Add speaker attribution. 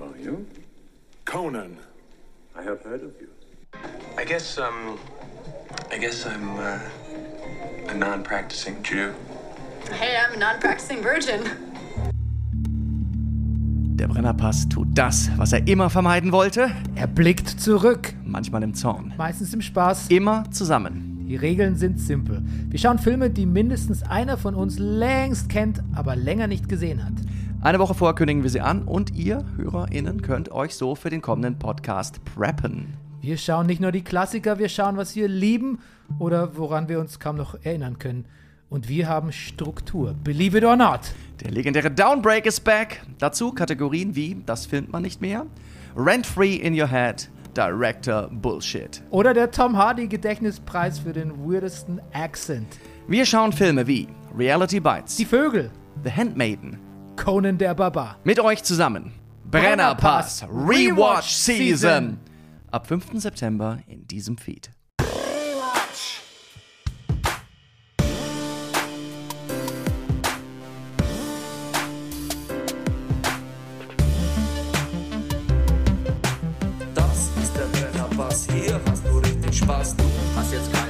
Speaker 1: are you?
Speaker 2: Conan.
Speaker 1: I have heard of you.
Speaker 3: I guess um, I guess I'm uh, a non-practicing Jew.
Speaker 4: Hey, I'm a non-practicing virgin.
Speaker 5: Der Brennerpass tut das, was er immer vermeiden wollte,
Speaker 6: Er blickt zurück,
Speaker 5: manchmal im Zorn.
Speaker 6: meistens im Spaß.
Speaker 5: Immer zusammen.
Speaker 6: Die Regeln sind simpel. Wir schauen Filme, die mindestens einer von uns längst kennt, aber länger nicht gesehen hat.
Speaker 5: Eine Woche vorher kündigen wir sie an und ihr, HörerInnen, könnt euch so für den kommenden Podcast preppen.
Speaker 6: Wir schauen nicht nur die Klassiker, wir schauen, was wir lieben oder woran wir uns kaum noch erinnern können. Und wir haben Struktur. Believe it or not.
Speaker 5: Der legendäre Downbreak ist back. Dazu Kategorien wie Das filmt man nicht mehr, Rent Free in Your Head, Director Bullshit.
Speaker 6: Oder der Tom Hardy Gedächtnispreis für den weirdesten Accent.
Speaker 5: Wir schauen Filme wie Reality Bites,
Speaker 6: Die Vögel.
Speaker 5: The Handmaiden,
Speaker 6: Conan der Barbar.
Speaker 5: mit euch zusammen. Brennerpass Rewatch Season. Ab 5. September in diesem Feed.
Speaker 7: Das ist der Brennerpass, hier hast du richtig Spaß, du hast jetzt keinen